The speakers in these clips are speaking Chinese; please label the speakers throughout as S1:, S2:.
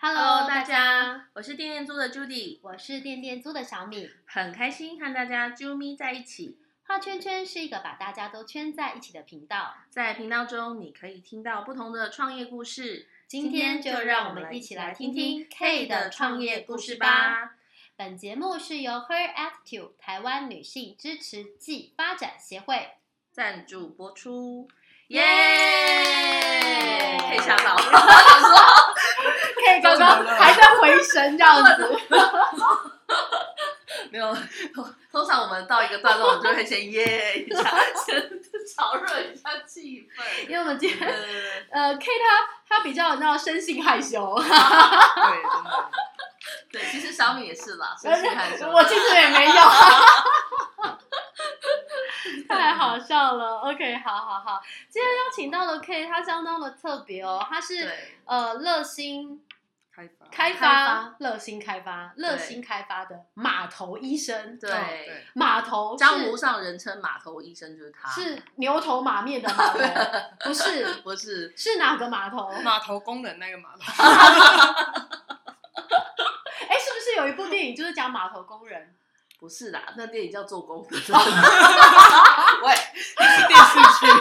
S1: Hello，
S2: 大
S1: 大家，
S2: 家，我是店店猪的 Judy，
S1: 我是店店租的小米。
S2: 很开心和大家啾咪在一起。
S1: 画圈圈是一个把大家都圈在一起的频道，
S2: 在频道中，你可以听到不同的创业故事。
S1: 今天就让我们一起来听听 K 的创业故事吧。本节目是由 Her Attitude 台湾女性支持暨发展协会。
S2: 赞助播出，耶！
S1: 耶
S2: 可以下早了。
S1: K
S2: 刚刚还
S1: 在回神这样 子，
S2: 没有，通通常我们到一个段落，我们就会先耶一下，先炒热一下气氛。
S1: 因为我们今
S2: 对
S1: 天呃 K 他他比较你知道生性害羞，
S3: 对，真的。
S2: 对，其实小米也是啦，是是害羞。
S1: 呃我其实也没 有，太好笑了。OK，好好好，今天邀请到的 K，他相当的特别哦，他是
S2: 对
S1: 呃乐星
S3: 开发
S1: 开
S2: 开发
S1: 发、乐星开发、乐星开发的码头医生，哦
S2: 对，
S1: 码头是
S2: 江湖上人称码头医生就是他，
S1: 是牛头马面的码头，不是
S2: 不是？
S1: 是哪个码头？
S3: 码头工人那个码头，
S1: 哎，是不是有一部电影就是讲码头工人？
S2: 不是啦，那电影叫做工。
S1: 哦
S2: 喂，
S3: 电视剧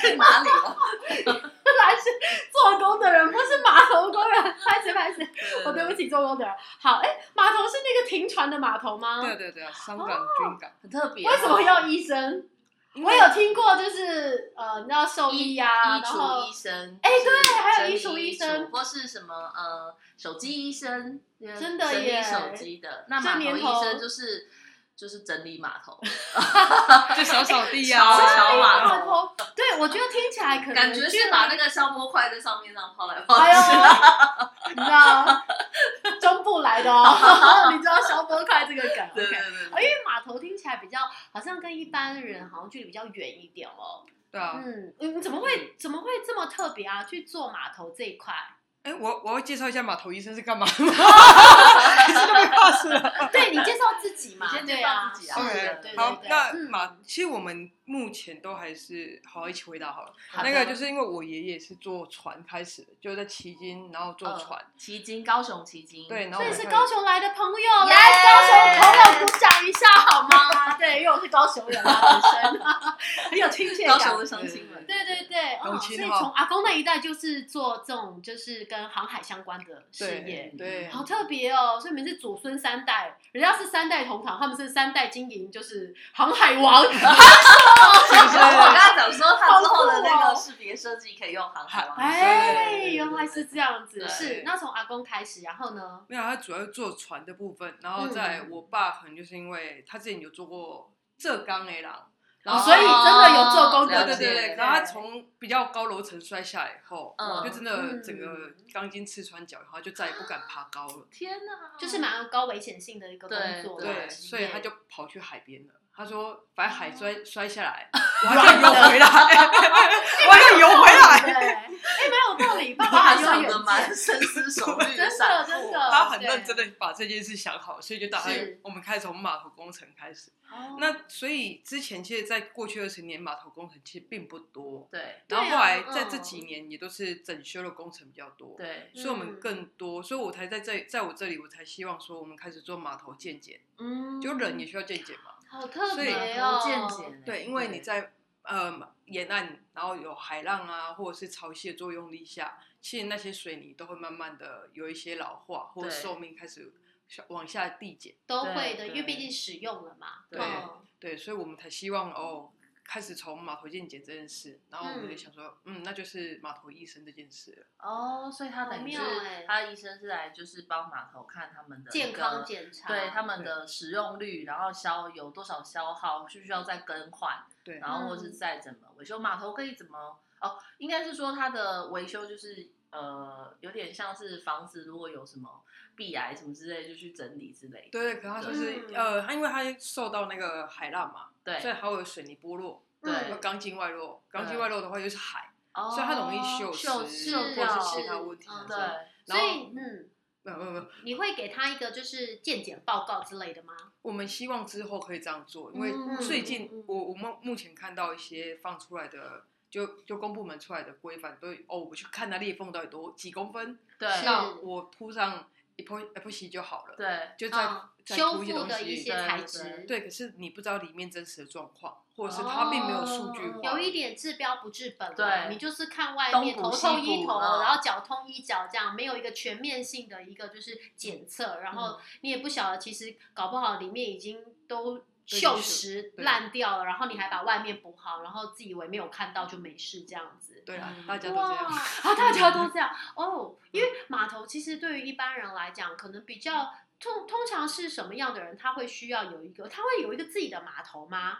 S2: 去哪里 了？
S1: 来是做工的人，不是码头工人，拍谁拍谁。我哦对不
S2: 起，
S1: 起，做工的人。好，哎，码头是那个停船的码头吗？
S3: 对对对，香港军港，
S2: 很特别。哦
S1: 为什么要医生？我有听过，就是呃，你知道兽医呀、啊
S2: 医
S1: 然
S2: 厨
S1: 后
S2: 医生？
S1: 哎
S2: 就是
S1: 对还有
S2: 生理
S1: 医厨医生
S2: 或是什么呃手机医生，
S1: 真的
S2: 整理
S1: 耶
S2: 手机的。那码
S1: 这
S2: 头
S1: 年
S2: 医
S1: 头
S2: 生就是就是整理码 头，
S3: 就小小弟
S2: 小
S3: 啊，
S2: 小码头
S1: 码头，对我觉得听起来可能
S2: 感觉是把那个消波块在上面上抛来 抛
S1: 哎
S2: 去。
S1: 呦，你知道中部来的哦， 你知道消波块这个梗
S2: 对
S1: ，OK。哎
S2: 对对
S1: 因
S2: 对，
S1: 为码头听起来比较，好像跟一般人好像距离比较远一点哦。
S3: 对啊。
S1: 嗯，你怎么会怎么会这么特别啊？去做码头这一块，
S3: 哎，我我要介绍一下码头医生是干嘛的吗？ 你是都没发誓 了。
S1: 对你介绍自己嘛，
S2: 你先介
S1: 对
S2: 绍
S1: 啊
S2: 自己啊
S1: 是
S3: OK，
S1: 的对对
S3: 好，
S1: 对
S3: 那
S1: 嗯
S3: 马，其实我们目前都还是好一起回答好了。
S1: 好的
S3: 那个就是因为我爷爷是坐船开始的，就在旗津，然后坐
S1: 哦
S3: 船，
S2: 奇经高雄奇经，
S3: 对，然后
S1: 所
S3: 我
S1: 以
S3: 看
S1: 是高雄来的朋友，
S2: 耶
S1: 来高雄朋友鼓掌一下好 吗？对，因为我是高雄人啊，本身很有亲切
S2: 高
S1: 感。
S2: 雄的乡亲们，
S1: 对对对，哦，
S3: 永
S1: 所以
S3: 清哈
S1: 从阿公那一代就是做这种就是跟航海相关的事业
S3: 对，对
S1: 好特别哦。所以你们是祖孙三代，人家是三代同堂，他们是三代经营，就是航海 王。
S2: 我刚刚想说，他之后的那
S1: 好
S2: 个
S1: 酷哦
S2: 识别设计可以用航啊海王。
S1: 哎，
S3: 对
S1: 原来是这样子，
S2: 对
S1: 是那从阿公开始，然后呢？
S3: 没有，他主要是做船的部分，然后在
S1: 嗯
S3: 我爸可能就是因为他之前有做过浙江 A 郎，然
S1: 哦
S3: 后
S1: 所以真的有做功
S3: 对
S1: 德
S3: 对对
S2: 了解
S3: 对，然后他从比较高楼层摔下来以后，
S2: 嗯
S3: 就真的整个钢筋刺穿脚，然后就再也不敢爬高了，
S2: 天哪，
S1: 就是 蛮高危险性的一个工作嘛，
S2: 对
S3: 对，
S1: 职
S3: 所以
S1: 业
S3: 他就跑去海边了。他说：“反正海摔摔 下来，我还可以游回来，我还可以游回来。
S1: 对，哎，蛮有道理，爸爸
S2: 他
S1: 很有
S2: 想
S1: 远
S2: 的
S1: 见
S2: 蛮。深思熟虑
S1: 真的
S2: 散
S1: 真
S2: 步
S1: 的”
S3: 他很认真的把这件事想好，所以就打算
S1: 是
S3: 我们开始从码头工程开始。
S2: 嗯
S1: 哦
S3: 那所以之前其实，在过去二十年，码头工程其实并不多，
S2: 对
S1: 对啊
S3: 然后后来在
S1: 嗯
S3: 这几年也都是整修的工程比较多，，
S2: 对，
S3: 所以我们更多，所以我才在这，在我这里，我才希望说我们开始做码头健检，
S2: 嗯
S3: 就人也需要健检嘛，
S1: 好特
S3: 所以
S1: 别
S2: 有
S1: 哦，
S2: 见解，
S3: 对，因为你在呃沿岸，然后有海浪啊，或者是潮汐的作用力下，其实那些水泥都会慢慢的有一些老化，或者
S2: 对
S3: 寿命开始往下递减。
S1: 都
S2: 对
S1: 会的，因为
S2: 对
S1: 毕竟使用了嘛。
S2: 对
S1: 嗯
S3: 对，所以我们才希望哦，开始从码头健检这件事，然后我们就想说，嗯那就是码头医生这件事了。
S2: 哦，所以他等于是
S1: 好妙欸
S2: 他医生是来就是帮码头看他们的
S1: 健
S2: 那个
S1: 康。检查，嗯
S2: 对他们的使用率，然后消有多少消耗，需不需要再更换，
S3: 对
S2: 然后或是再怎么维修码头可以怎么哦，应该是说它的维修就是呃，有点像是房子如果有什么壁癌什么之类，就去整理之类的。
S3: 对对，可能他就是、
S1: 嗯
S3: 呃，他因为他受到那个海浪嘛，
S2: 对
S3: 所以它会有水泥剥落，
S2: 对
S3: 有钢筋外露，钢
S2: 对
S3: 筋外露的话就是海，
S2: 嗯哦
S3: 所以它容易锈
S2: 锈
S3: 蚀
S2: 蚀
S3: 或
S2: 掉
S3: 者是其他问题
S1: 嗯
S3: 产
S2: 对
S1: 所
S3: 生。然后
S1: 以嗯，
S3: 没有没有没有，
S1: 你会给他一个就是健检报告之类的吗？
S3: 我们希望之后可以这样做，因为
S2: 嗯
S3: 最近
S1: 嗯嗯
S3: 我我们目前看到一些放出来的。就就公部门出来的规范，都哦，我去看它裂缝到底多几公分，
S2: 对
S1: 是
S3: 那我铺上一泼一泼漆就好了，
S2: 对，
S3: 就再、
S1: 嗯，
S3: 再
S1: 修
S3: 涂一些
S1: 复
S3: 东
S1: 的一
S3: 西
S1: 些。材
S2: 对对
S1: 质，
S3: 对，可是你不知道里面真实的状况，或者是它并没有数据
S2: 哦
S3: 化，
S1: 有一点治标不治本了，
S2: 对
S1: 你就是看外
S2: 东
S1: 面
S2: 补
S1: 头
S2: 西
S1: 痛医
S2: 补
S1: 头，
S2: 嗯
S1: 然后脚痛医脚，这样没有一个全面性的一个就是检测，然
S3: 嗯
S1: 后你也不晓得，其实搞不好里面已经都锈蚀
S3: 对
S1: 烂掉了，然后你还把外面补好，然后自以为没有看到就没事这样子。
S3: 对啦
S2: 嗯，
S3: 大家都这
S1: 哇，
S3: 样。
S1: 啊， 大家都这样哦。因为码头其实对于一般人来讲，可能比较通通常是什么样的人，他会需要有一个，他会有一个自己的码头吗？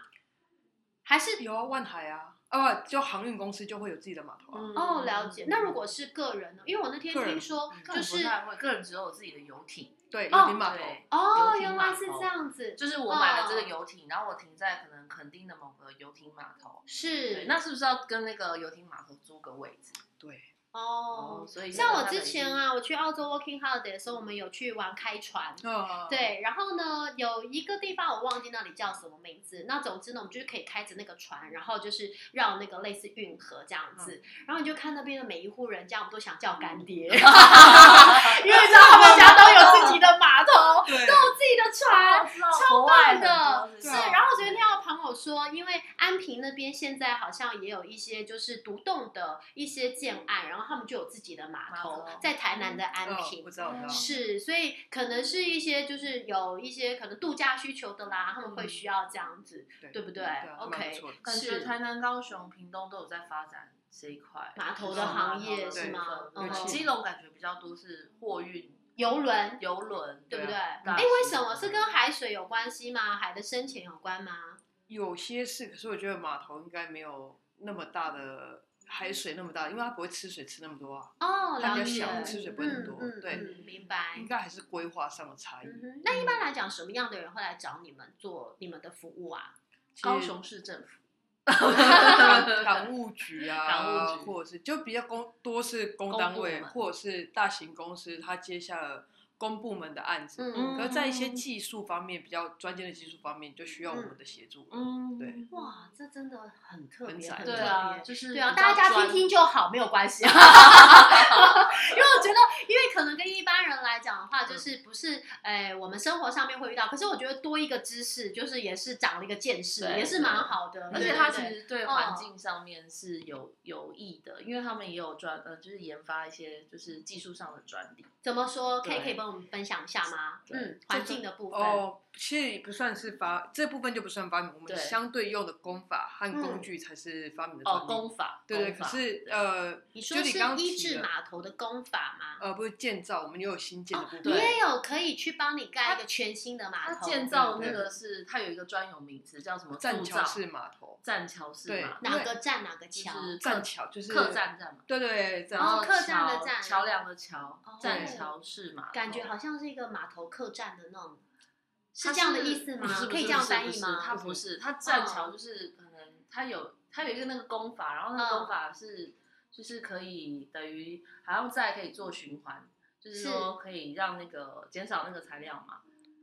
S1: 还是
S3: 有啊，万海啊，啊，不，就航运公司就会有自己的码头
S2: 嗯
S3: 啊。
S1: 哦，了解。那如果是个人呢？因为我那天
S3: 个人
S1: 听说
S3: 嗯
S2: 就
S1: 就是是
S2: 个人只有自己的游艇，
S3: 对，
S1: 哦
S3: 游艇码头。嗯
S2: 对
S1: 哦，
S2: 游艇
S1: 原
S2: 码
S1: 来是
S2: 头
S1: 这样子，
S2: 就是我买了这个游艇，然后我停在可能垦丁的某个游艇码头。
S1: 是
S2: 对，那是不是要跟那个游艇码头租个位置？
S3: 对，
S1: 哦。
S2: 所以
S1: 像我之前，啊，我去澳洲 working holiday 的时候，我们有去玩开船。
S3: 啊，
S1: 对，然后呢，有一个地方我忘记那里叫什么名字。那总之呢，我们就是可以开着那个船，然后就是绕那个类似运河这样子，然后你就看那边的每一户人家，我们都想叫干爹，因为你知道他们家都有自己的码头，
S3: 对，
S1: 都有自己的船，
S2: 超
S1: 棒的，
S2: 是
S1: 是。
S3: 对啊
S1: 然后昨天
S2: 嗯
S1: 听到朋友说，因为安平那边现在好像也有一些就是独栋的一些建案，然后他们就有自己的码头
S2: 码头，
S1: 在台南的安
S3: 哦
S1: 平。
S3: 我知道，我知道。
S1: 是，所以可能是一些就是有一些可能度假需求的啦，他们
S3: 嗯
S1: 会需要这样子，
S3: 对
S1: 对不对
S3: 啊还蛮不
S1: ？OK，
S3: 错的
S2: 感觉
S1: 是
S2: 台南、高雄、屏东都有在发展这一块
S1: 码头
S3: 的
S1: 行业
S3: 是
S1: 吗
S2: 对
S3: 嗯哼
S2: 基隆感觉比较多是货运、
S1: 游轮，
S2: 游轮，
S1: 对不对？
S3: 对
S1: 哎
S2: 大
S3: 啊、
S1: 为
S2: 型
S1: 什么
S2: 的
S1: 是跟海水有关系吗？海的深浅有关吗？
S3: 有些是，可是我觉得码头应该没有那么大的海水那么大，因为它不会吃水吃那么多啊，
S1: 哦，
S3: 它
S1: 了
S3: 比
S1: 解，
S3: 较小，
S2: 嗯
S3: 吃水不会很
S1: 嗯
S3: 多。
S1: 嗯，
S3: 对，
S1: 嗯，明白
S3: 应。该还是规划上的差异。
S1: 嗯哼，那一般来讲，什么样的人会来找你们做你们的服务啊？
S3: 其实
S2: 高雄市政府。
S3: 港港务局啊，
S2: 港务局
S3: 或者是就比较公多是公
S2: 公
S3: 单
S2: 部
S3: 位
S2: 门
S3: 或者是大型公司，它接下了公部门的案子，
S1: 嗯，
S3: 可是在一些技术方面比较专精的技术方面，就需要我们的协助。
S2: 嗯
S3: 对，
S1: 哇，这真的很特
S3: 很
S1: 别，
S3: 窄
S1: 很特
S2: 对
S1: 别
S2: 啊，就是
S1: 对啊，
S2: 比较
S1: 大家
S2: 专
S1: 听听就好，没有关系。因为 我觉得，因为可能跟一般人来讲的话，
S2: 嗯
S1: 就是不是哎、我们生活上面会遇到，可是我觉得多一个知识，就是也是长了一个见识，
S2: 对
S1: 也是蛮好的。
S2: 而
S1: 对
S2: 且
S1: 对
S2: 它
S1: 对
S2: 其实对环境上面是有有益的，因为他们也有专呃，就是研发一些就是技术上的专利。
S1: 怎么说，可以
S2: 对
S1: 可以帮我们分享一下吗？
S2: 对
S1: 嗯，环境的部分，
S3: 哦，其实也不算是发这部分就不算发明，我
S2: 对嗯
S3: 们相对用的工法和工具才是发明的专
S2: 哦，
S3: 利。
S2: 工法，
S3: 对对，
S2: 工
S3: 可
S2: 法
S3: 是呃，
S1: 你说
S3: 就是你刚刚
S1: 医
S3: 提
S1: 治
S3: 的
S1: 码头的工法吗？
S3: 呃，不是建造，我们也有新建的部分。
S1: 你
S2: 哦对
S1: 也有可以去帮你盖一个全新的码
S2: 它
S1: 头，
S2: 建造那个是它有一个专有名词叫什么？
S3: 栈
S2: 铸
S3: 桥
S2: 造
S3: 式码头，
S2: 栈桥式
S3: 对
S2: 嘛，
S1: 哪个站哪个桥？
S2: 就是
S3: 栈
S2: 客
S3: 桥就是
S2: 客栈站嘛，
S3: 对对，对
S2: 然
S1: 哦
S2: 后
S1: 客栈的
S2: 桥
S1: 站
S2: 桥梁的桥
S1: 哦，
S2: 栈桥式嘛，
S1: 感觉
S2: 哦
S1: 好像是一个码头客栈的那种，
S2: 它
S1: 是这样的意思
S2: 不
S1: 吗？
S2: 是不
S1: 可以
S2: 是
S1: 这样
S2: 不是
S1: 翻
S2: 不
S1: 译
S2: 是
S1: 吗？
S2: 它不是，它
S1: 嗯
S2: 栈桥就是可能它有它有一个那个功法，然后那个
S1: 嗯
S2: 功法是、就是可以等于好像再可以做循环，就是说可以让那个减少那个材料嘛，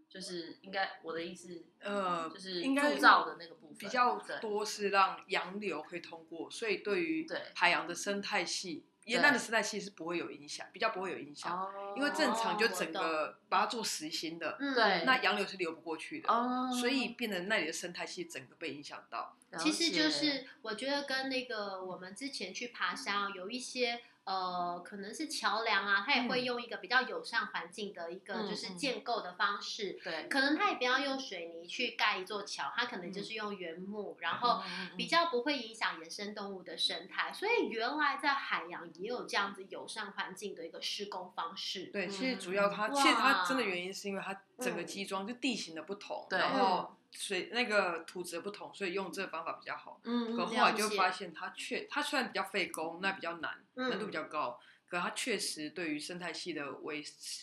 S2: 就是应该我的意思，
S3: 呃
S2: 就是
S3: 应该
S2: 铸造的那个部分
S3: 比较
S2: 对
S3: 多是让洋流可以通过，所以对于
S2: 对
S3: 海洋的生态系、沿岸的生态系是不会有影响，比较不会有影响，
S2: 哦
S3: 因为正常就整
S1: 我
S3: 个把它做实心的，
S1: 嗯，
S2: 对
S3: 那洋流是流不过去的，
S2: 哦，
S3: 所以变成那里的生态系整个被影响到。
S2: 了
S1: 其实就
S2: 解
S1: 是我觉得跟那个我们之前去爬山哦有一些。呃，可能是桥梁啊，它也会
S3: 嗯
S1: 用一个比较友善环境的一个
S2: 嗯
S1: 就是
S2: 嗯
S1: 建构的方式，
S2: 对，
S1: 可能它也不要用水泥去盖一座桥，它可能就是用原木，
S2: 嗯
S1: 然后比较不会影响野生动物的生态，所以原来在海洋也有这样子友善环境的一个施工方式。，
S3: 对，其实
S2: 嗯
S3: 主要它，
S1: 哇
S3: 其实它真的原因是因为它整个基桩就地形的不同，
S1: 嗯
S2: 对
S3: 然后水那个土质的不同，所以用这个方法比较好。
S2: 嗯
S3: 可
S1: 嗯
S3: 后来就
S1: 了解
S3: 发现它确，它虽然比较费工，那比较难，
S1: 嗯
S3: 难度比较高，可它确实对于生态系的维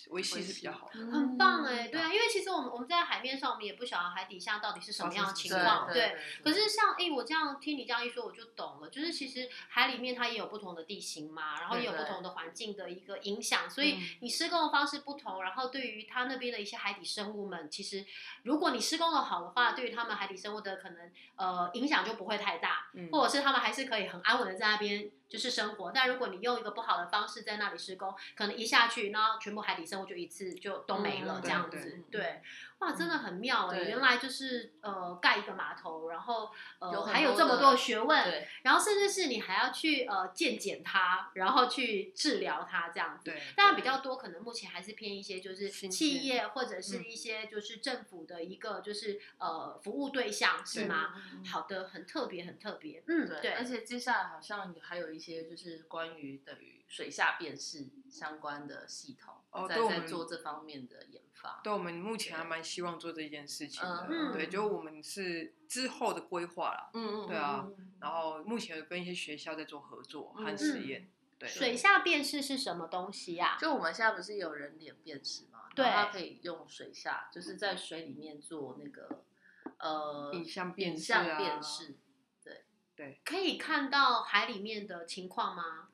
S3: 维系是比较好的。
S1: 很
S2: 嗯
S1: 棒哎、对啊，因为其实我们我们在海面上，我们也不晓得海底下到底是什么样的情
S3: 对
S1: 况，
S2: 对
S1: 对，
S2: 对。
S1: 可是像哎、诶我这样听你这样一说，我就懂了，就是其实海里面它也有不同的地形嘛，然后也有
S2: 对
S1: 不
S2: 对
S1: 同的环境的一个影响，所以
S3: 嗯
S1: 你施工的方式不同，然后对于它那边的一些海底生物们，其实如果你施工的好的话，对于它们海底生物的可能呃影响就不会太大，
S3: 嗯
S1: 或者是它们还是可以很安稳的在那边。就是生活，但如果你用一个不好的方式在那里施工，可能一下去，然后全部海底生物就一次就都没了
S2: 嗯
S1: 这样
S3: 对
S1: 子
S2: 对，嗯
S1: 对。哇，真的很妙哎、
S2: 对
S1: 原来就是呃盖一个码头，然后呃
S2: 有很
S1: 还有
S2: 多
S1: 这么
S2: 的
S1: 多的学问，
S2: 对，
S1: 然后甚至是你还要去呃健检它，然后去治疗它这样子。
S3: 对，
S1: 当然比较多，可能目前还是偏一些就是
S3: 新
S1: 企
S3: 鲜
S1: 业或者
S2: 嗯
S1: 是一些就是政府的一个就是呃服务对象是
S3: 对
S1: 吗？
S2: 嗯？
S1: 好的，很特别，很特别。嗯，
S2: 对，而
S1: 对，
S2: 且接下来好像还有一些就是关于等于水下辨识相关的系统，
S3: 哦
S2: 在
S3: 对我
S2: 在
S3: 们
S2: 做这方面的研发。
S3: 对，我们目前还蛮希望做这件事情的。
S1: 嗯
S3: 对，就我们是之后的规划啦，
S2: 嗯嗯，
S3: 对啊
S2: 嗯，嗯
S3: 然后目前有跟一些学校在做合作
S2: 嗯
S3: 和实验。对，
S1: 水下辨识是什么东西呀、
S2: 就我们现在不是有人脸辨识嘛，
S1: 对
S2: 然后它可以用水下，就是在水里面做那个呃
S3: 影像辨
S2: 影
S3: 识啊
S2: 像辨识，
S1: 可以看到海里面的情况吗？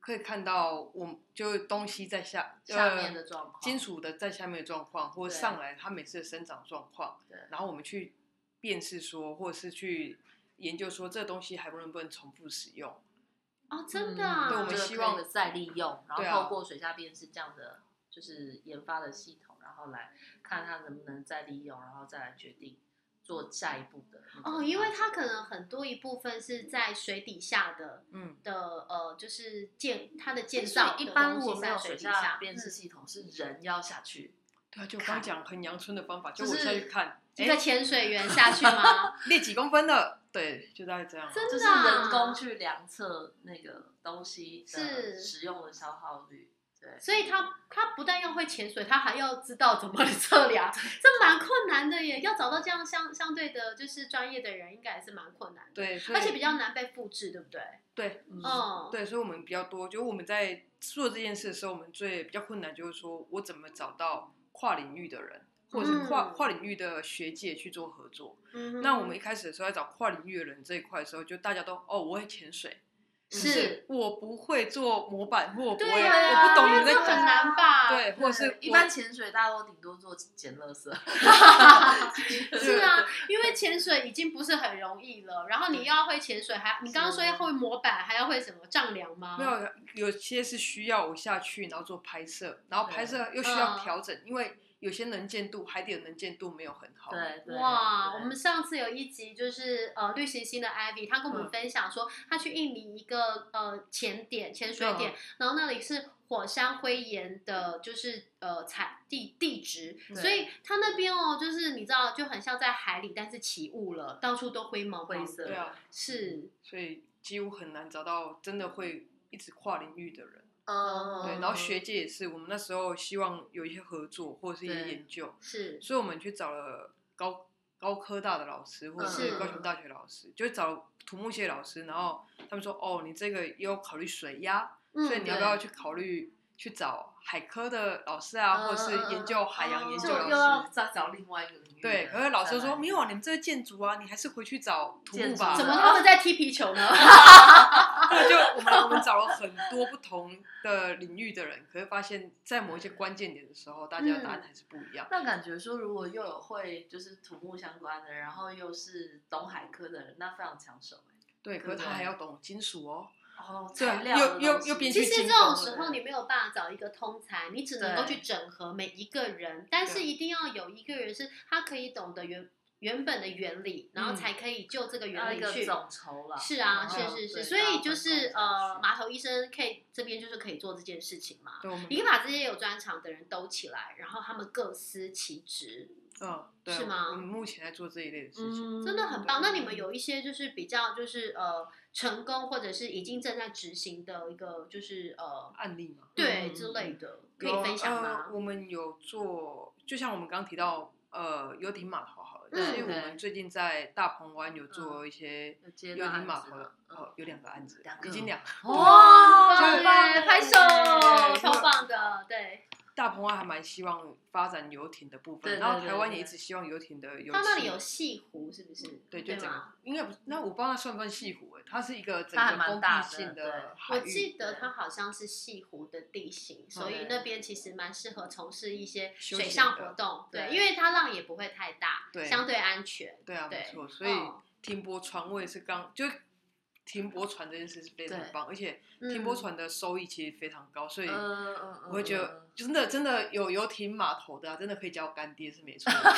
S3: 可以看到我就东西在下
S2: 下面的
S3: 呃
S2: 状况，
S3: 金属的在下面的状况，或者
S2: 对
S3: 上来它每次的生长状况，
S2: 对
S3: 然后我们去辨识说，或者是去研究说这东西还能不能重复使用。
S1: 哦，真的、啊
S3: 对我
S2: 这个
S3: 们希
S2: 可
S3: 望
S2: 以再利用，然
S3: 对
S2: 后
S3: 啊
S2: 透过水下辨识这样的就是研发的系统，然后来看它能不能再利用，然后再来决定做下一步的那个
S1: 哦，因为
S2: 发
S1: 它
S2: 展
S1: 可能很多一部分是在水底下的
S3: 嗯，
S1: 的呃，就是建它的建
S2: 其实
S1: 造
S2: 一
S1: 的
S2: 般
S1: 东西
S2: 我们
S1: 在
S2: 有
S1: 水
S2: 水
S1: 底下嗯
S2: 下辨识系统是人要下去，
S3: 对啊，就我刚讲很阳春的方法，就
S2: 就
S3: 我
S2: 是
S3: 下去看，
S1: 嗯一
S3: 哎、
S1: 个潜水员下去 吗？
S3: 列几公分了，对，就大概这样。
S1: 真
S2: 就
S1: 的
S2: 是
S1: 啊
S2: 人工去量测那个东西的
S1: 是
S2: 使用的消耗率。对，
S1: 所以他他不但要会潜水，他还要知道怎么 测量，这蛮困难的耶。要找到这样相相对的，就是专业的人，应该也是蛮困难的。，
S3: 对，所以
S1: 而且比较难被复制，对不对？
S3: 对
S2: 嗯，
S1: 嗯，。
S3: 对，所以我们比较多，就我们在做这件事的时候，我们最比较困难就是说我怎么找到跨领域的人，或者是跨、
S1: 嗯
S3: 跨领域的学界去做合作。
S1: 嗯哼
S3: 那我们一开始的时候在找跨领域的人这一块的时候，就大家都哦，我会潜水。
S1: 是
S3: 可我不会做模板，或我不会，
S1: 对啊，
S3: 我不懂你
S1: 因
S3: 们
S1: 为这
S3: 在
S1: 很
S3: 讲，
S1: 难吧？
S3: 对，或者是
S2: 一
S3: 我
S2: 般潜水大家都顶多做捡垃圾，
S1: 啊 是啊，因为潜水已经不是很容易了，然后你又要会潜水，还你刚刚说要会模板，还要会什么丈量吗？
S3: 没有，有些是需要我下去，然后做拍摄，然后拍摄又需要
S1: 嗯
S3: 调整，因为有些能见度，海底的能见度没有很好。
S2: 对对，
S1: 哇，
S2: 对
S1: 我们上次有一集就是呃绿行星的 Ivy，她跟我们
S3: 嗯
S1: 分享说，她去印尼一个呃潜点潜水
S3: 嗯
S1: 点，然后那里是火山灰岩的，就是呃产地地质，
S3: 对
S1: 所以它那边哦，就是你知道就很像在海里，但是起雾了，到处都灰蒙
S2: 灰
S1: 蒙
S2: 色
S1: 的
S3: 对啊，
S1: 是
S3: 所以几乎很难找到真的会一直跨领域的人。
S1: 呃
S2: 嗯，
S3: 对，然后学界也是，我们那时候希望有一些合作或者是一些
S2: 对
S3: 研究，
S1: 是
S3: 所以我们去找了高高科大的老师，或者
S1: 是
S3: 是
S2: 嗯
S3: 高雄大学老师，就找土木系的老师，然后他们说，哦，你这个也有考虑水压，
S1: 嗯
S3: 所以你要不要去考虑去找海科的老师啊，
S2: 嗯
S3: 或者是研究海洋研
S2: 就
S3: 究
S2: 又
S3: 老
S2: 要
S3: 师？
S2: 再找另外一个领域的
S3: 对，可是老师
S2: 再
S3: 说
S2: 来
S3: 没有啊，你们这个建筑啊，你还是回去找土木
S2: 建
S3: 吧。
S2: 筑
S1: 怎么
S2: 了
S1: 他们在踢皮球呢？
S3: 对，就我们我们找了很多不同的领域的人，可是发现，在某一些关键点的时候，大家的答案还是不一样。
S2: 那感觉说，如果又有会就是土木相关的，然后又是懂海科的人，那非常抢手哎、
S3: 对，可是他还要懂金属哦。
S2: 哦，
S3: 对啊
S2: 材料
S3: 又
S2: 的
S3: 又
S2: 东西
S3: 又变
S1: 其
S3: 去
S1: 实
S3: 进
S1: 这种
S3: 攻
S1: 时
S3: 了
S1: 候你没有办法找一个通才，你只能够
S2: 对
S1: 去整合每一个人，但是
S3: 对
S1: 一定要有一个人是他可以懂得原原本的原理，然后
S3: 嗯
S1: 才可以就这个
S2: 要
S1: 原
S2: 一
S1: 理
S2: 个
S1: 去。
S2: 总筹了。
S1: 是啊，
S2: 然
S1: 是是
S2: 后对
S1: 是，所
S2: 大
S1: 以
S2: 家
S1: 就
S2: 分
S1: 是
S2: 工
S1: 呃，
S2: 下去
S1: 码头医生可以这边就是可以做这件事情嘛。
S3: 对，我们
S1: 你可以把这些有专长的人兜起来，然后他们各司其职，
S3: 嗯，对，
S1: 是吗
S3: 我们目前在做这一类的事
S2: 嗯
S3: 情。
S1: 真的很棒。
S3: 对
S1: 那你们有一些就是比较就是呃成功或者是已经正在执行的一个就是呃
S3: 案例嘛，
S1: 对
S2: 嗯
S1: 之类的，可
S3: 有
S1: 以分享
S3: 呃
S1: 吗？
S3: 我们有做，就像我们刚刚提到呃游艇码头好了，
S1: 嗯
S3: 因为我们最近在大鹏湾有做
S2: 嗯
S3: 一些
S2: 有接
S3: 游
S2: 到
S3: 艇码
S2: 案
S3: 头
S2: 子了嗯
S3: 的，哦，有两个案子
S2: 两，个
S3: 已经两个。
S1: 哇，
S3: 就是
S1: 很棒耶！拍手
S3: 对，
S1: 超棒的，对。
S3: 大鹏湾还蛮希望发展游艇的部分，
S2: 对对
S3: 然后
S2: 对
S3: 台湾
S2: 对
S3: 也一直希望游艇的游
S1: 它那里
S3: 戏嗯
S1: 有西湖，是不是？
S3: 对，就整个
S1: 吗？
S3: 应该不是，那我不知道它算不算西湖、欸，它是一个整
S2: 它还
S3: 个
S2: 蛮
S3: 封
S2: 大
S3: 闭
S2: 的
S3: 性
S2: 对
S3: 海
S1: 我
S3: 域。
S1: 记得
S2: 对
S1: 它好像是西湖的地形，所以
S2: 对
S1: 那边其实蛮适合从事一些
S3: 休
S1: 水
S3: 闲
S1: 上
S3: 的
S1: 活动，对，
S2: 对
S1: 因为它浪也不会太大，
S3: 对
S1: 相对安全。
S3: 对啊，没
S1: 对
S3: 错，所以
S1: 哦
S3: 停泊船位是刚就停泊船这件事是非常
S2: 对
S3: 棒，而且
S1: 嗯
S3: 停泊船 的收益其实非常高，所以
S2: 嗯嗯
S3: 我会觉得真的真的有游艇码头的、啊，真的可以叫干爹是没 错的。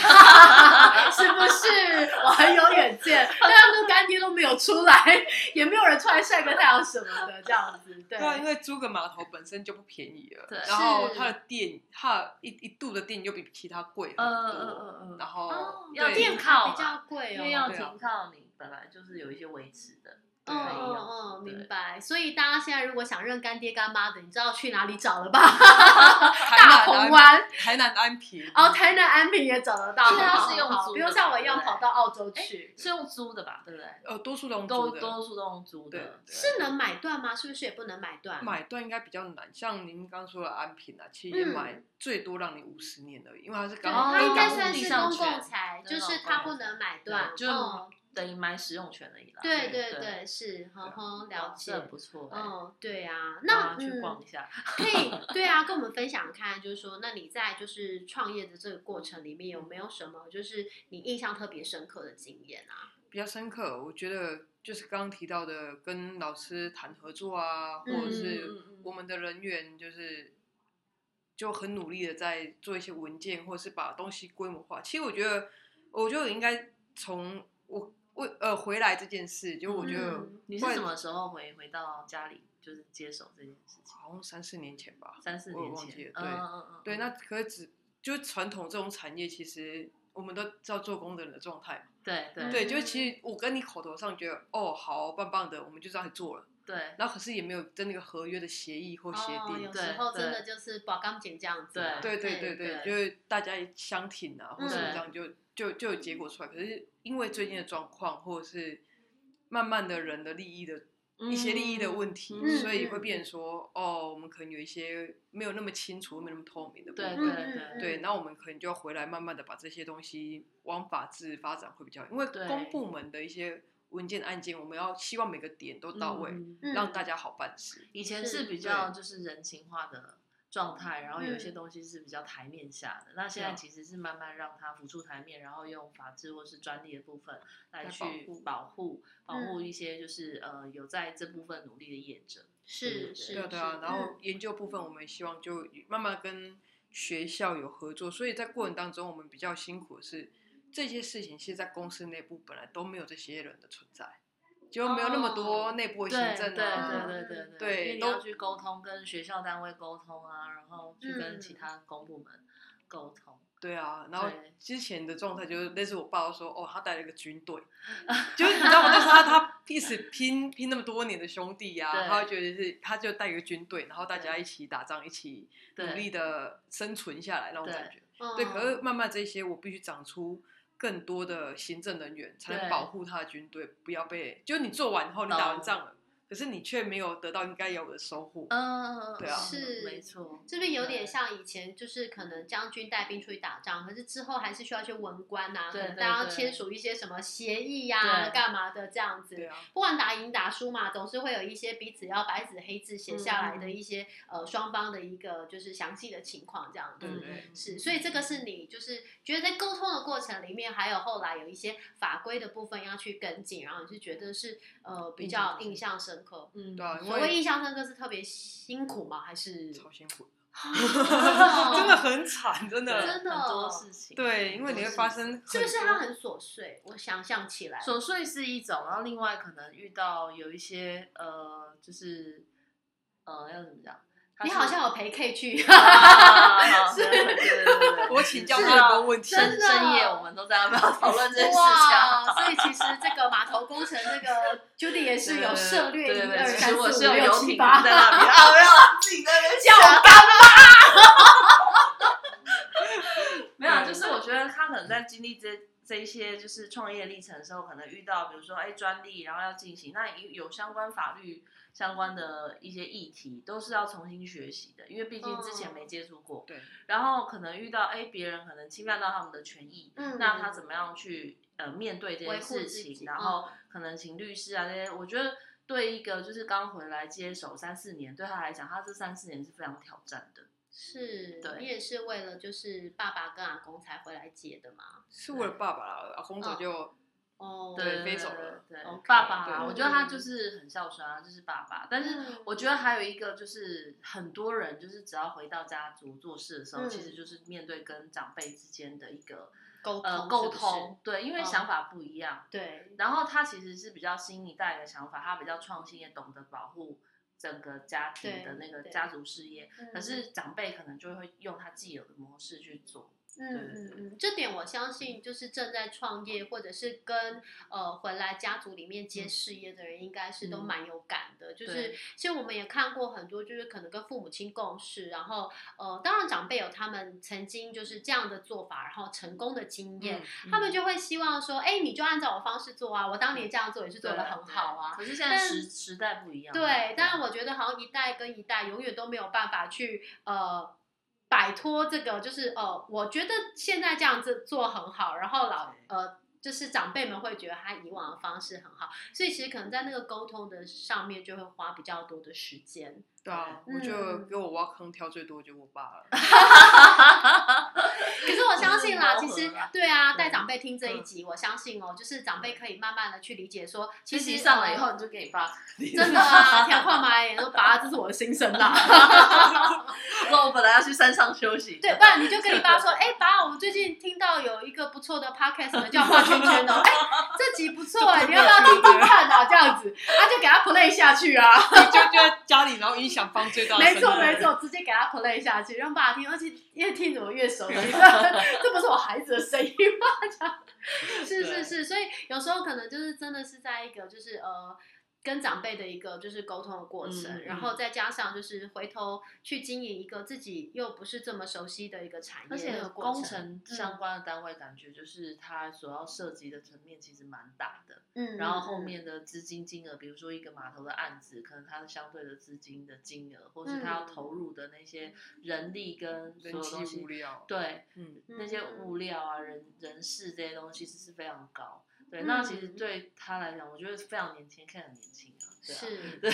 S1: 是不是？我很有远见，啊但他们干爹都没有出来， 也没有人出来晒个太阳什么的，这样子。对
S3: 对啊，因为租个码头本身就不便宜了
S2: 对，
S3: 然后
S1: 是
S3: 它的电，它的一一度的电又比其他贵很多，
S2: 嗯嗯嗯
S3: 然后、
S1: 哦，
S2: 要
S3: 对
S1: 电
S2: 电
S1: 卡
S2: 靠
S1: 比较贵
S2: 因
S1: 哦，
S2: 为要
S3: 对啊
S2: 停靠你本来就是有一些维持的，
S1: 嗯
S3: 对
S1: 嗯
S2: 啊
S1: 嗯，
S2: 对
S1: 明白。所以大家现在如果想认干爹干妈的，你知道去哪里找了吧？大
S3: 台
S1: 鹏
S3: 南安
S1: 湾，哦
S3: 台南安平，
S1: 然后台南安平也找得到，
S2: 是
S1: 好
S2: 它
S1: 好
S2: 是用
S1: 好
S2: 租
S1: 不
S2: 的
S1: 啊用像我一样
S2: 对不对
S1: 跑到澳洲去。
S2: 哎是用租的吧，对不对？
S3: 呃，多数都用
S2: 都
S3: 租的
S2: 多数都用租
S3: 对
S2: 的，
S3: 对
S1: 是能买断吗？是不是也不能买断？
S3: 买断应该比较难，像您刚说的安平啊，其实也
S1: 嗯
S3: 买最多让你五十年而已，因为它是刚
S1: 哦，
S3: 刚
S1: 它应该
S3: 刚
S1: 算
S2: 地
S1: 是
S2: 上
S1: 公共
S2: 权
S1: 财，
S2: 对
S1: 就是
S2: 公
S1: 它
S2: 共
S1: 不
S2: 财
S1: 能买
S2: 对
S1: 断。
S2: 就是
S1: 嗯，
S2: 等于买使用权而已啦。
S1: 对
S3: 对
S1: 对啊对，是，呵呵，
S2: 哇
S1: 了
S2: 这
S1: 解
S2: 很。不错哎、
S1: 嗯，对啊，
S2: 大
S1: 那
S2: 家去
S1: 嗯，
S2: 逛一下。
S1: 可以，对啊，跟我们分享看，就是说，那你在就是创业的这个过程里面，有没有什么就是你印象特别深刻的经验啊？
S3: 比较深刻，我觉得就是刚刚提到的跟老师谈合作啊，或者
S2: 嗯
S3: 是
S2: 嗯嗯
S3: 我们的人员就是就很努力的在做一些文件，或者是把东西规模化。其实我觉得，我觉得我应该从我我呃回来这件事，就我觉得
S1: 嗯
S2: 你
S3: 不
S2: 是
S3: 然
S2: 什么时候回回到家里，就是接手这件事情？
S3: 好像三四年前吧，
S2: 三四
S3: 我也
S2: 年
S3: 忘记
S2: 前，
S3: 了对
S2: 嗯嗯嗯，
S3: 对，那可是只就传统这种产业，其实我们都知道做工的人的状态嘛。
S2: 对对
S3: 对，
S1: 嗯
S3: 就是其实我跟你口头上觉得哦好棒棒的，我们就这样做了，
S2: 对
S3: 然后可是也没有真的一个合约的协议或协
S1: 哦，
S3: 定。
S1: 有时
S2: 对
S1: 候真
S2: 对
S1: 的就是保钢琴这样子啊。
S3: 对对对
S2: 对
S3: 对，就是大家相挺啊，或
S1: 嗯
S3: 什么这样就就就有结果出来。可是因为最近的状况，或者是慢慢的人的利益的一些利益的问题，
S2: 嗯
S3: 所以会
S1: 嗯
S3: 变成说哦，我们可能有一些没有那么清楚、没有那么透明的部
S2: 对
S3: 分。
S2: 对
S1: 嗯嗯
S2: 对
S3: 对，
S1: 嗯
S3: 那我们可能就要回来慢慢的把这些东西往法制发展会比较好，因为
S2: 对
S3: 公部门的一些文件案件，我们要希望每个点都到位，
S2: 嗯
S1: 嗯
S3: 让大家好办事。
S2: 以前
S1: 是
S2: 是比较
S3: 对
S2: 就是人情化的状态，然后有一些
S1: 嗯
S2: 东西是比较台面下的。那现
S3: 对
S2: 在
S3: 啊
S2: 其实是慢慢让它浮出台面，然后用法制或是专利的部分来
S3: 来
S2: 去
S3: 保护
S2: 保护保护
S1: 嗯
S2: 一些就是呃有在这部分努力的业者。
S1: 是
S2: 对
S1: 是，
S3: 对啊，对啊
S1: 是。
S2: 嗯
S3: 然后研究部分，我们也希望就慢慢跟学校有合作，所以在过程当中，我们比较辛苦的是这些事情，其实在公司内部本来都没有这些人的存在，就没有那么多
S1: 哦
S3: 内部的
S2: 对
S3: 行
S2: 对
S3: 政啊，
S2: 对对对
S3: 对
S2: 因为你
S3: 都
S2: 要去沟通，跟学校单位沟通啊，然后去跟其
S1: 嗯
S2: 他公部门沟通。
S3: 对啊，然后
S2: 对
S3: 之前的状态就是类似我爸说，哦，他带了一个军队，就是你知道吗？就是他他一直拼拼那么多年的兄弟呀、
S2: 对
S3: 啊，他觉得是他就带一个军队，然后大家
S2: 对
S3: 一起打仗，一起努
S2: 对
S3: 力的生存下来那种感觉。
S1: 嗯
S3: 对，可是慢慢这些我必须长出更多的行政人员，才能
S2: 对
S3: 保护他的军队不要被，就是你做完后你
S2: 懂
S3: 打完仗了，可是你却没有得到应该有的收获。
S2: 嗯，嗯嗯
S3: 对啊
S1: 是
S2: 没错。
S1: 这边有点
S2: 对
S1: 像以前，就是可能将军带兵出去打仗，可是之后还是需要去文官呐、啊，可
S2: 对
S1: 能
S2: 对
S1: 大家要
S2: 对
S1: 签署一些什么协议呀、
S2: 对
S1: 干嘛的这样
S3: 对
S1: 子。
S3: 啊，
S1: 不管打赢打输嘛，总是会有一些彼此要白纸黑字写下
S3: 嗯
S1: 来的一些、呃双方的一个就是详细的情况这样子。
S3: 对对
S2: 嗯
S3: 对
S2: 嗯
S1: 是，所以这个是你就是觉得在沟通的过程里面，还有后来有一些法规的部分要去跟进，然后你是觉得是呃比较印象深刻。
S2: 嗯，
S3: 对啊，因
S1: 所谓
S3: 为
S1: 印象深刻是特别辛苦吗？还是
S3: 超辛苦，真
S1: 真
S3: 的很惨，真
S2: 对
S3: 的。
S1: 哦真的
S2: 很多事情。
S3: 对，因为
S2: 很
S3: 你
S2: 多
S3: 会
S2: 事
S3: 发
S2: 情
S3: 生很多，
S1: 是不是它很琐碎？我想象起来，
S2: 琐碎是一种，然后另外可能遇到有一些呃，就是呃，要怎么讲？它
S1: 你
S2: 是
S1: 好像有陪 K 去，
S2: 啊好
S1: 是
S2: 对对对对对
S3: 我请教
S2: 是
S3: 他
S2: 啊
S3: 很多问题，
S1: 真
S2: 深
S1: 的
S2: 深夜，我们都在要不要讨论这件事
S1: 哇，
S2: 情？啊
S1: 所以其实这个码头工程，这 个 Judy 也是有涉
S2: 对
S1: 略一
S2: 对对
S1: 二
S2: 对
S1: 三
S2: 其实我
S1: 四
S2: 是
S1: 五
S2: 有
S1: 六
S2: 游
S1: 七
S2: 艇
S1: 八
S2: 在那边，啊，没有啊自己在那边
S1: 叫
S2: 想
S1: 干
S2: 没有啊，就是我觉得他可能经历这这一些就是创业历程的时候，可能遇到比如说哎专利，然后要进行，那有相关法律相关的一些议题，都是要重新学习的，因为毕竟之前
S1: 哦
S2: 没接触过。
S3: 对，
S2: 然后可能遇到哎别人可能侵犯到他们的权益，
S1: 嗯
S2: 那他怎么样去呃面对这
S1: 维
S2: 件
S1: 护
S2: 事
S1: 自己嗯
S2: 情，然后可能请律师啊这些，我觉得对一个就是刚回来接手三四年，对他来讲，他这三四年是非常挑战的。
S1: 是
S2: 对
S1: 你也是为了就是爸爸跟阿公才回来接的嘛？
S3: 是我的爸爸啦，阿公早就
S1: 哦，
S3: 对飞走了
S2: 对
S1: OK，
S2: 爸爸啊，
S3: 对
S2: 我觉得他就是很孝顺啊，就是爸爸。但是
S1: 嗯
S2: 我觉得还有一个就是，很多人就是只要回到家族做事的时候，
S1: 嗯
S2: 其实就是面对跟长辈之间的一个
S1: 沟通
S2: 呃沟
S1: 是不是
S2: 通，对，因为
S1: 嗯
S2: 想法不一样。
S1: 对，
S2: 然后他其实是比较新一代的想法，他比较创新，也懂得保护整个家庭
S1: 对
S2: 的那个
S1: 对
S2: 家族事业。可
S1: 嗯
S2: 是长辈可能就会用他既有的模式去做，
S1: 嗯
S2: 对
S1: 嗯嗯，这点我相信，就是正在创业或者是跟呃回来家族里面接
S2: 嗯
S1: 事业的人，应该是都
S2: 嗯
S1: 蛮有感的。就是
S2: 对
S1: 其实我们也看过很多，就是可能跟父母亲共事，然后呃，当然长辈有他们曾经就是这样的做法，然后成功的经验，
S3: 嗯
S1: 他们就会希望说，哎、你就按照我方式做啊，我当年这样做也是做
S2: 对
S1: 的很好啊。
S2: 可是现在时时代不一样了，
S1: 对，但我觉得好像一代跟一代永远都没有办法去呃摆脱这个，就是呃，我觉得现在这样子做很好，然后老
S2: 对
S1: 呃。就是长辈们会觉得他以往的方式很好，所以其实可能在那个沟通的上面就会花比较多的时间。
S3: 对啊，
S1: 嗯
S3: 我就给我挖坑跳最多就我爸了。
S1: 可是我相信 啦，
S2: 就是
S1: 其
S2: 磨
S1: 实
S2: 合啦
S1: 对啊，
S2: 对嗯
S1: 带长辈听这一集，我相信哦，就是长辈可以慢慢的去理解说，其
S2: 其
S1: 实
S2: 实上了以
S1: 呃
S2: 后你就给你爸，
S1: 真的 啊，条框马眼说爸，这是我的心声啦。
S2: 说 我本来要去山上休息，
S1: 对，不然你就跟你爸说，哎、爸，我们最近听到有一个不错的 podcast 呢，叫画圈圈哦，哎、这集不错哎、你要不要听听看啊？这样子，他、就给他 play 下去啊。
S3: 你就就在家里，然后音响放最大声。
S1: 没错没。错，直接给他 play 下去，让爸听，而且越听怎么越熟悉，这不是我孩子的声音吗？这样是是
S3: 对
S1: 是，所以有时候可能就是真的是在一个就是呃。跟长辈的一个就是沟通的过程，
S2: 嗯嗯
S1: 然后再加上就是回头去经营一个自己又不是这么熟悉的一个产业，
S2: 而且
S1: 那个过
S2: 工
S1: 程，嗯
S2: 程相关的单位，感觉就是它所要涉及的层面其实蛮大的。
S1: 嗯，
S2: 然后
S1: 嗯
S2: 后
S1: 嗯
S2: 面的资金金额，比如说一个码头的案子，可能它的相对的资金的金额，或是它要
S1: 嗯
S2: 投入的那些人力跟所有
S3: 人
S2: 东
S3: 机
S2: 西
S3: 物，料，
S2: 对
S3: 嗯，
S1: 嗯
S2: 那些
S1: 嗯
S2: 物料啊、人人事这些东西，其实是非常高。对，
S1: 嗯
S2: 那其实对他来讲，我觉得非常年轻，看起来很年轻啊。对啊，
S1: 是
S2: 对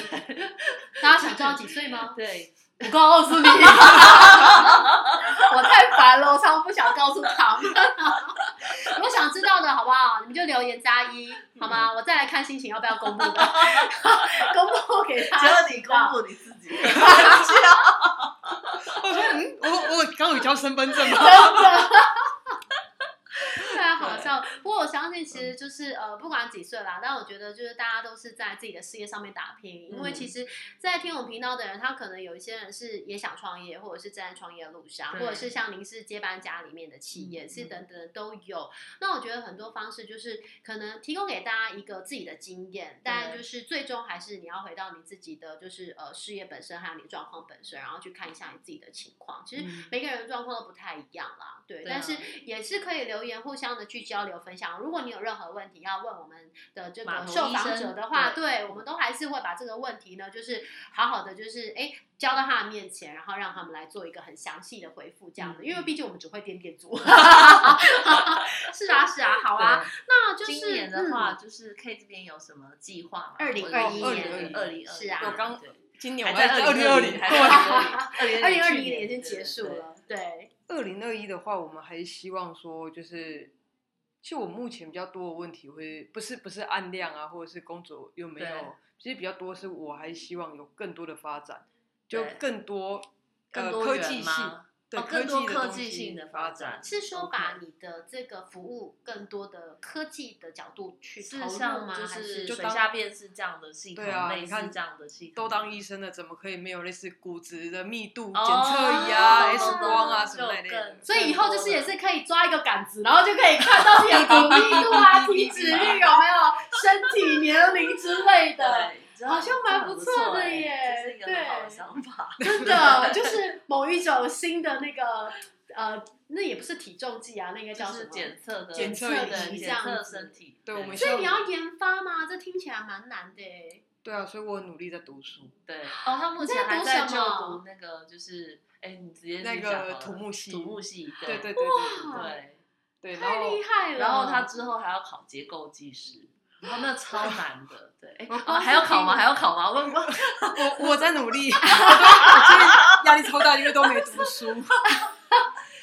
S1: 大家想知道几岁吗？
S2: 对，
S1: 我告 诉你， 我太烦了，我常常不想告诉他 们。如果想知道的好不好？你们就留言加一，好吗？我再来看心情要不要公布的， 公布给他。
S2: 布你自己，
S3: 我说嗯，我我刚有交身份证吗？
S1: 太好笑了。不过我相信，其实就是呃，不管几岁啦，但我觉得就是大家都是在自己的事业上面打拼，因为
S2: 嗯
S1: 其实，在听我们频道的人，他可能有一些人是也想创业，或者是正在创业的路上，或
S2: 对
S1: 者是像您是接班家里面的企业，
S2: 嗯
S1: 是
S2: 嗯
S1: 等等都有。那我觉得很多方式就是可能提供给大家一个自己的经验，但就是最终还是你要回到你自己的就是呃事业本身，还有你的状况本身，然后去看一下你自己的情况。其实
S2: 嗯
S1: 每个人的状况都不太一样啦，对，
S2: 对啊
S1: 但是也是可以留言，互相的去交流分享。如果你有任何问题要问我们的这
S2: 码
S1: 个
S2: 头
S1: 受
S2: 医
S1: 访
S2: 生
S1: 者的话，
S2: 对
S1: 对我们都还是会把这个问题呢，就是好好的就是哎。交到他的面前，然后让他们来做一个很详细的回复，这样子，
S2: 嗯
S1: 因为毕竟我们只会点点 组。 是啊，是啊，好啊，那就是
S2: 今年的话，
S1: 嗯
S2: 就是 K 这边有什么计划吗？
S1: 2021
S2: 年，二零
S1: 年是啊
S3: 我刚今年我
S2: 还在
S3: 二零二零，
S2: 还在
S1: 2020
S2: 二零
S1: 二零二零年已经结束。
S2: 对对
S1: 了，对，
S3: 二零二一的话，我们还希望说，就是其实我目前比较多的问题会不是不是按量啊，或者是工作有没
S2: 对
S3: 有，其实比较多是我还希望有更多的发展，就
S2: 对
S3: 更多
S2: 更
S3: 呃
S2: 多
S3: 科
S2: 元
S3: 技
S2: 吗
S3: 性，对
S2: 哦更多
S3: 的
S2: 科
S3: 东
S2: 技
S3: 西
S2: 性的发
S3: 发
S2: 展
S1: 是说
S2: OK
S1: 把你的这个服务更多的科技的角度去投
S2: 是
S1: 入
S2: 像
S1: 吗？
S2: 就
S1: 还
S2: 是
S3: 就
S2: 水
S3: 当
S2: 下便是这样的系统，
S3: 对啊
S2: 类
S3: 你
S2: 似
S3: 看
S2: 这样的系统，
S3: 都当医生的怎么可以没有类似骨质的密度检
S2: 哦
S3: 测仪啊、
S1: 懂
S3: X 光啊
S2: 懂
S3: 什么那类
S2: 就
S3: 的
S2: 更？
S1: 所以以后就是也是可以抓一个杆子，然后就可以看到自己的 骨密度啊、体脂率有没有、身体年龄之类的。
S2: 对， 这
S1: 好像蛮不
S2: 这很
S1: 错的
S2: 欸
S1: 耶
S2: 这是一个很好的
S1: 对
S2: 想法。
S1: 真的就是某一种新的那个呃，那也不是体重计啊，那应该
S2: 就
S1: 叫什
S2: 是
S1: 么？
S2: 检测的
S3: 检测
S2: 的
S1: 仪
S2: 检
S1: 这样
S2: 测
S1: 子
S2: 身体。
S3: 对我们
S1: 所以你要研发吗？这听起来蛮难的欸。
S3: 对啊，所以我很努力在读书，
S2: 对哦，他目
S1: 你在
S2: 前还
S1: 读
S2: 在
S1: 什
S2: 就
S1: 么
S2: 读那个就是哎，你直接
S3: 那
S2: 自己讲
S3: 个
S2: 好
S3: 土
S2: 了
S3: 木系
S2: 土木系对
S3: 对对对对
S1: 哇
S2: 对。
S3: 对，然
S1: 太
S3: 后
S1: 厉害了！
S2: 然后他之后还要考结构技师，然后那超难的，对，哎
S3: 哦
S2: 啊还要考吗？还要考吗？问问，
S3: 我我在努力， 我都我现在压力超大，因为都没读书。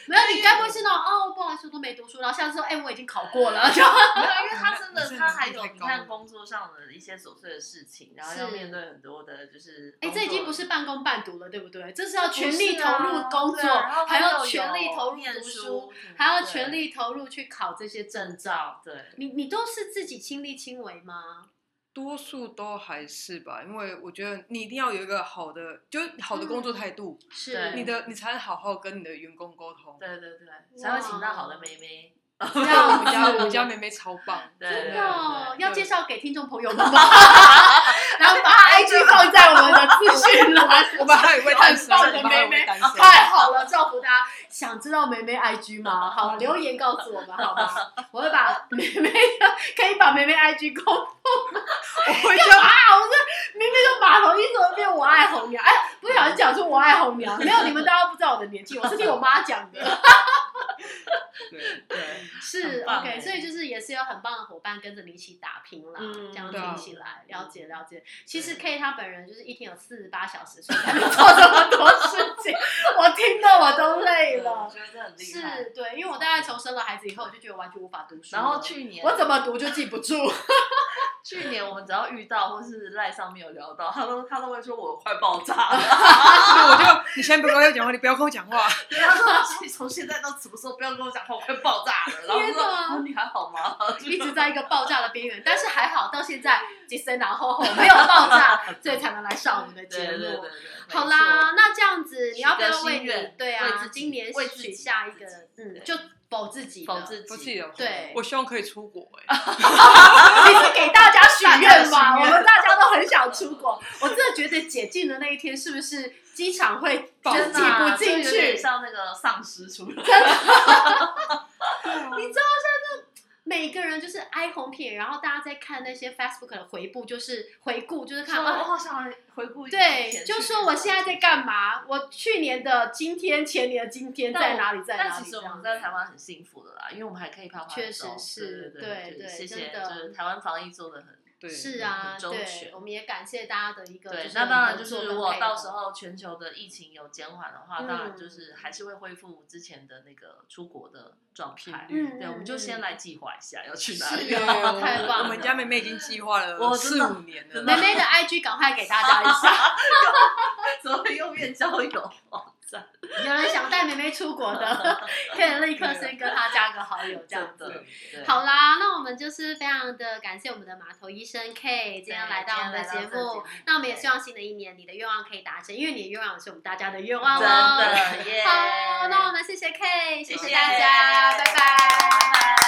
S1: 没有，你该不会是那种哦，不好意思，我都没读书，然后下次说，哎，我已经考过 了，就
S2: 没有，因为他真的
S3: 是
S2: 他还
S3: 难度
S2: 有
S3: 太
S2: 你
S3: 高了
S2: 看工作上的一些琐碎的事情，然后要
S1: 是
S2: 面对很多的就是
S1: 哎，
S2: 工作，
S1: 这已经不是半工半读了，对不对？这是要全
S2: 不是
S1: 力投入
S2: 啊
S1: 工
S2: 对
S1: 作，
S2: 啊然后
S1: 还
S2: 要
S1: 要
S2: 有
S1: 全力投入
S2: 念
S1: 读
S2: 书
S1: 书，，还要
S2: 对
S1: 全力投入去考这些证
S2: 证
S1: 照。
S2: 照，对，
S1: 你你都是自己亲力亲为吗？
S3: 多数都还是吧，因为我觉得你一定要有一个好的，就是好的工
S1: 嗯
S3: 作态度，
S1: 是
S2: 对
S3: 你的你才能好好跟你的员工沟通。
S2: 对对对，才会请到好的
S1: 哇
S2: 妹妹，
S3: 像我们家我们家妹妹超 棒，
S2: 对
S1: 真
S2: 对
S1: 的哦
S2: 对
S1: 要
S3: 对哎
S1: 介绍给听众朋友 们吗？然后把她 IG 放在我们的资讯栏。
S3: 我们还有一位单身，
S1: 很棒的
S3: 我们还有一
S1: 妹妹
S3: 位单身。
S1: 太好了，造福大家！想知道梅梅 IG 吗？好，留言告诉我们好吗？我会把梅梅的，可以把梅梅 IG 公布
S3: 我会 叫
S1: 啊！我这明明就马头一怎么变我爱红娘？哎，不小心讲出我爱红娘，没有你们大家不知道我的年纪，我是听我妈讲的。哦
S3: 对
S2: 对，
S1: 是
S2: 很棒
S1: OK，
S2: 欸
S1: 所以就是也是有很棒的伙伴跟着你一起打拼啦，
S2: 嗯
S1: 这样
S3: 对啊
S1: 听起来了解了解。其实 K 他本人就是一天有四十八小时，所以才能做这么多事情，我听得我都 累
S2: 我
S1: 了。
S2: 觉得这嗯很厉害。
S1: 是对，因为我大概从生了孩子以后，我就觉得完全无法读书了，
S2: 然后去年
S1: 我怎么读就记不 住，
S2: 去年我们只要遇到或是赖上面有聊到，他都他都会说我快爆炸了。
S3: 所以我就你先不要跟我讲话，你不要跟我讲话。
S2: 对，他说你从现在到什么时候不要跟我讲话，我快爆炸了。然后我
S1: 天
S2: 说、
S1: 哪
S2: 啊、你还好吗？
S1: 一直在一个爆炸的边缘。但是还好，到现在吉森然后后没有爆 炸，所以才能来上我们的节
S2: 对对对
S1: 目
S2: 对。，
S1: 好啦，那这样子你
S2: 许
S1: 要不
S2: 个
S1: 要为
S2: 心愿
S1: 你对
S2: 为
S1: 啊
S2: 自，己
S1: 今年
S2: 为自
S1: 许
S2: 己
S1: 下一个
S2: 自己，
S1: 嗯，
S2: 对
S1: 就保自己
S2: 没
S1: 的，
S2: 错否自己
S3: 不记得
S1: 对
S3: 我希望可以出国 哎、
S1: 你是给大家许愿吗？
S2: 大家许
S1: 我
S2: 愿
S1: 们大家都很想出国，我真的觉得解禁的那一天是不是机场会就
S3: 爆
S1: 是
S3: 炸
S1: 挤
S2: 真的啊
S1: 不进
S2: 就有点
S1: 去？
S2: 像那个丧尸出来。
S1: 你知道现在这每个人就是哀鸿遍野，然后大家在看那些 Facebook 的回顾，就是回顾，就是看
S2: 说我
S1: 啊。
S2: 好想回顾以前
S1: 对，
S2: 去
S1: 就说我现在在干嘛？我去年的今天，前年的今天
S2: 但
S1: 在
S2: 我
S1: 哪里？在哪
S2: 但
S1: 里？
S2: 其实我们
S1: 这样
S2: 在台湾很幸福的啦，因为我们还可以拍拍
S1: 确实
S2: 照
S1: 是
S2: 对
S1: 对
S2: 对就
S1: 对
S2: 是谢谢，
S1: 真的
S2: 就是台湾防疫做的很
S3: 对，
S1: 是啊，
S2: 很周
S1: 对，
S2: 全
S1: 我们也感谢大家的一个就
S2: 对
S1: 是，
S2: 那当然就
S1: 合
S2: 是
S1: 作
S2: 如果
S1: 跟配合
S2: 到时候全球的疫情有减缓的话，
S1: 嗯
S2: 当然就是还是会恢复之前的那个出国的状态。
S3: 频率
S2: 对，我们就先。
S1: 嗯嗯嗯
S2: 来计划一下要去哪
S1: 是啊
S2: 里。
S3: 对我
S1: 太棒了
S3: 我们家妹妹已经计划了
S2: 我真
S3: 四
S2: 的
S3: 五年了，
S1: 妹妹 的 IG 赶快给大家一下，
S2: 怎么又变交友网站？
S1: 有人想带妹妹出国 的，可以立刻先跟她加个好友这样子。
S2: 对啊对
S1: 好啦，那我们就是非常的感谢我们的码头医生 K 今天来到我们的节
S2: 今天来到这
S1: 目
S2: 个节目。
S1: 那我们也希望新的一年你的愿望可以达成，因为你的愿望也是我们大家的愿望
S2: 真
S1: 哦。
S2: 的耶！
S1: 好，那我们谢谢 K，谢
S2: 谢
S1: 谢大家，拜拜
S2: 拜拜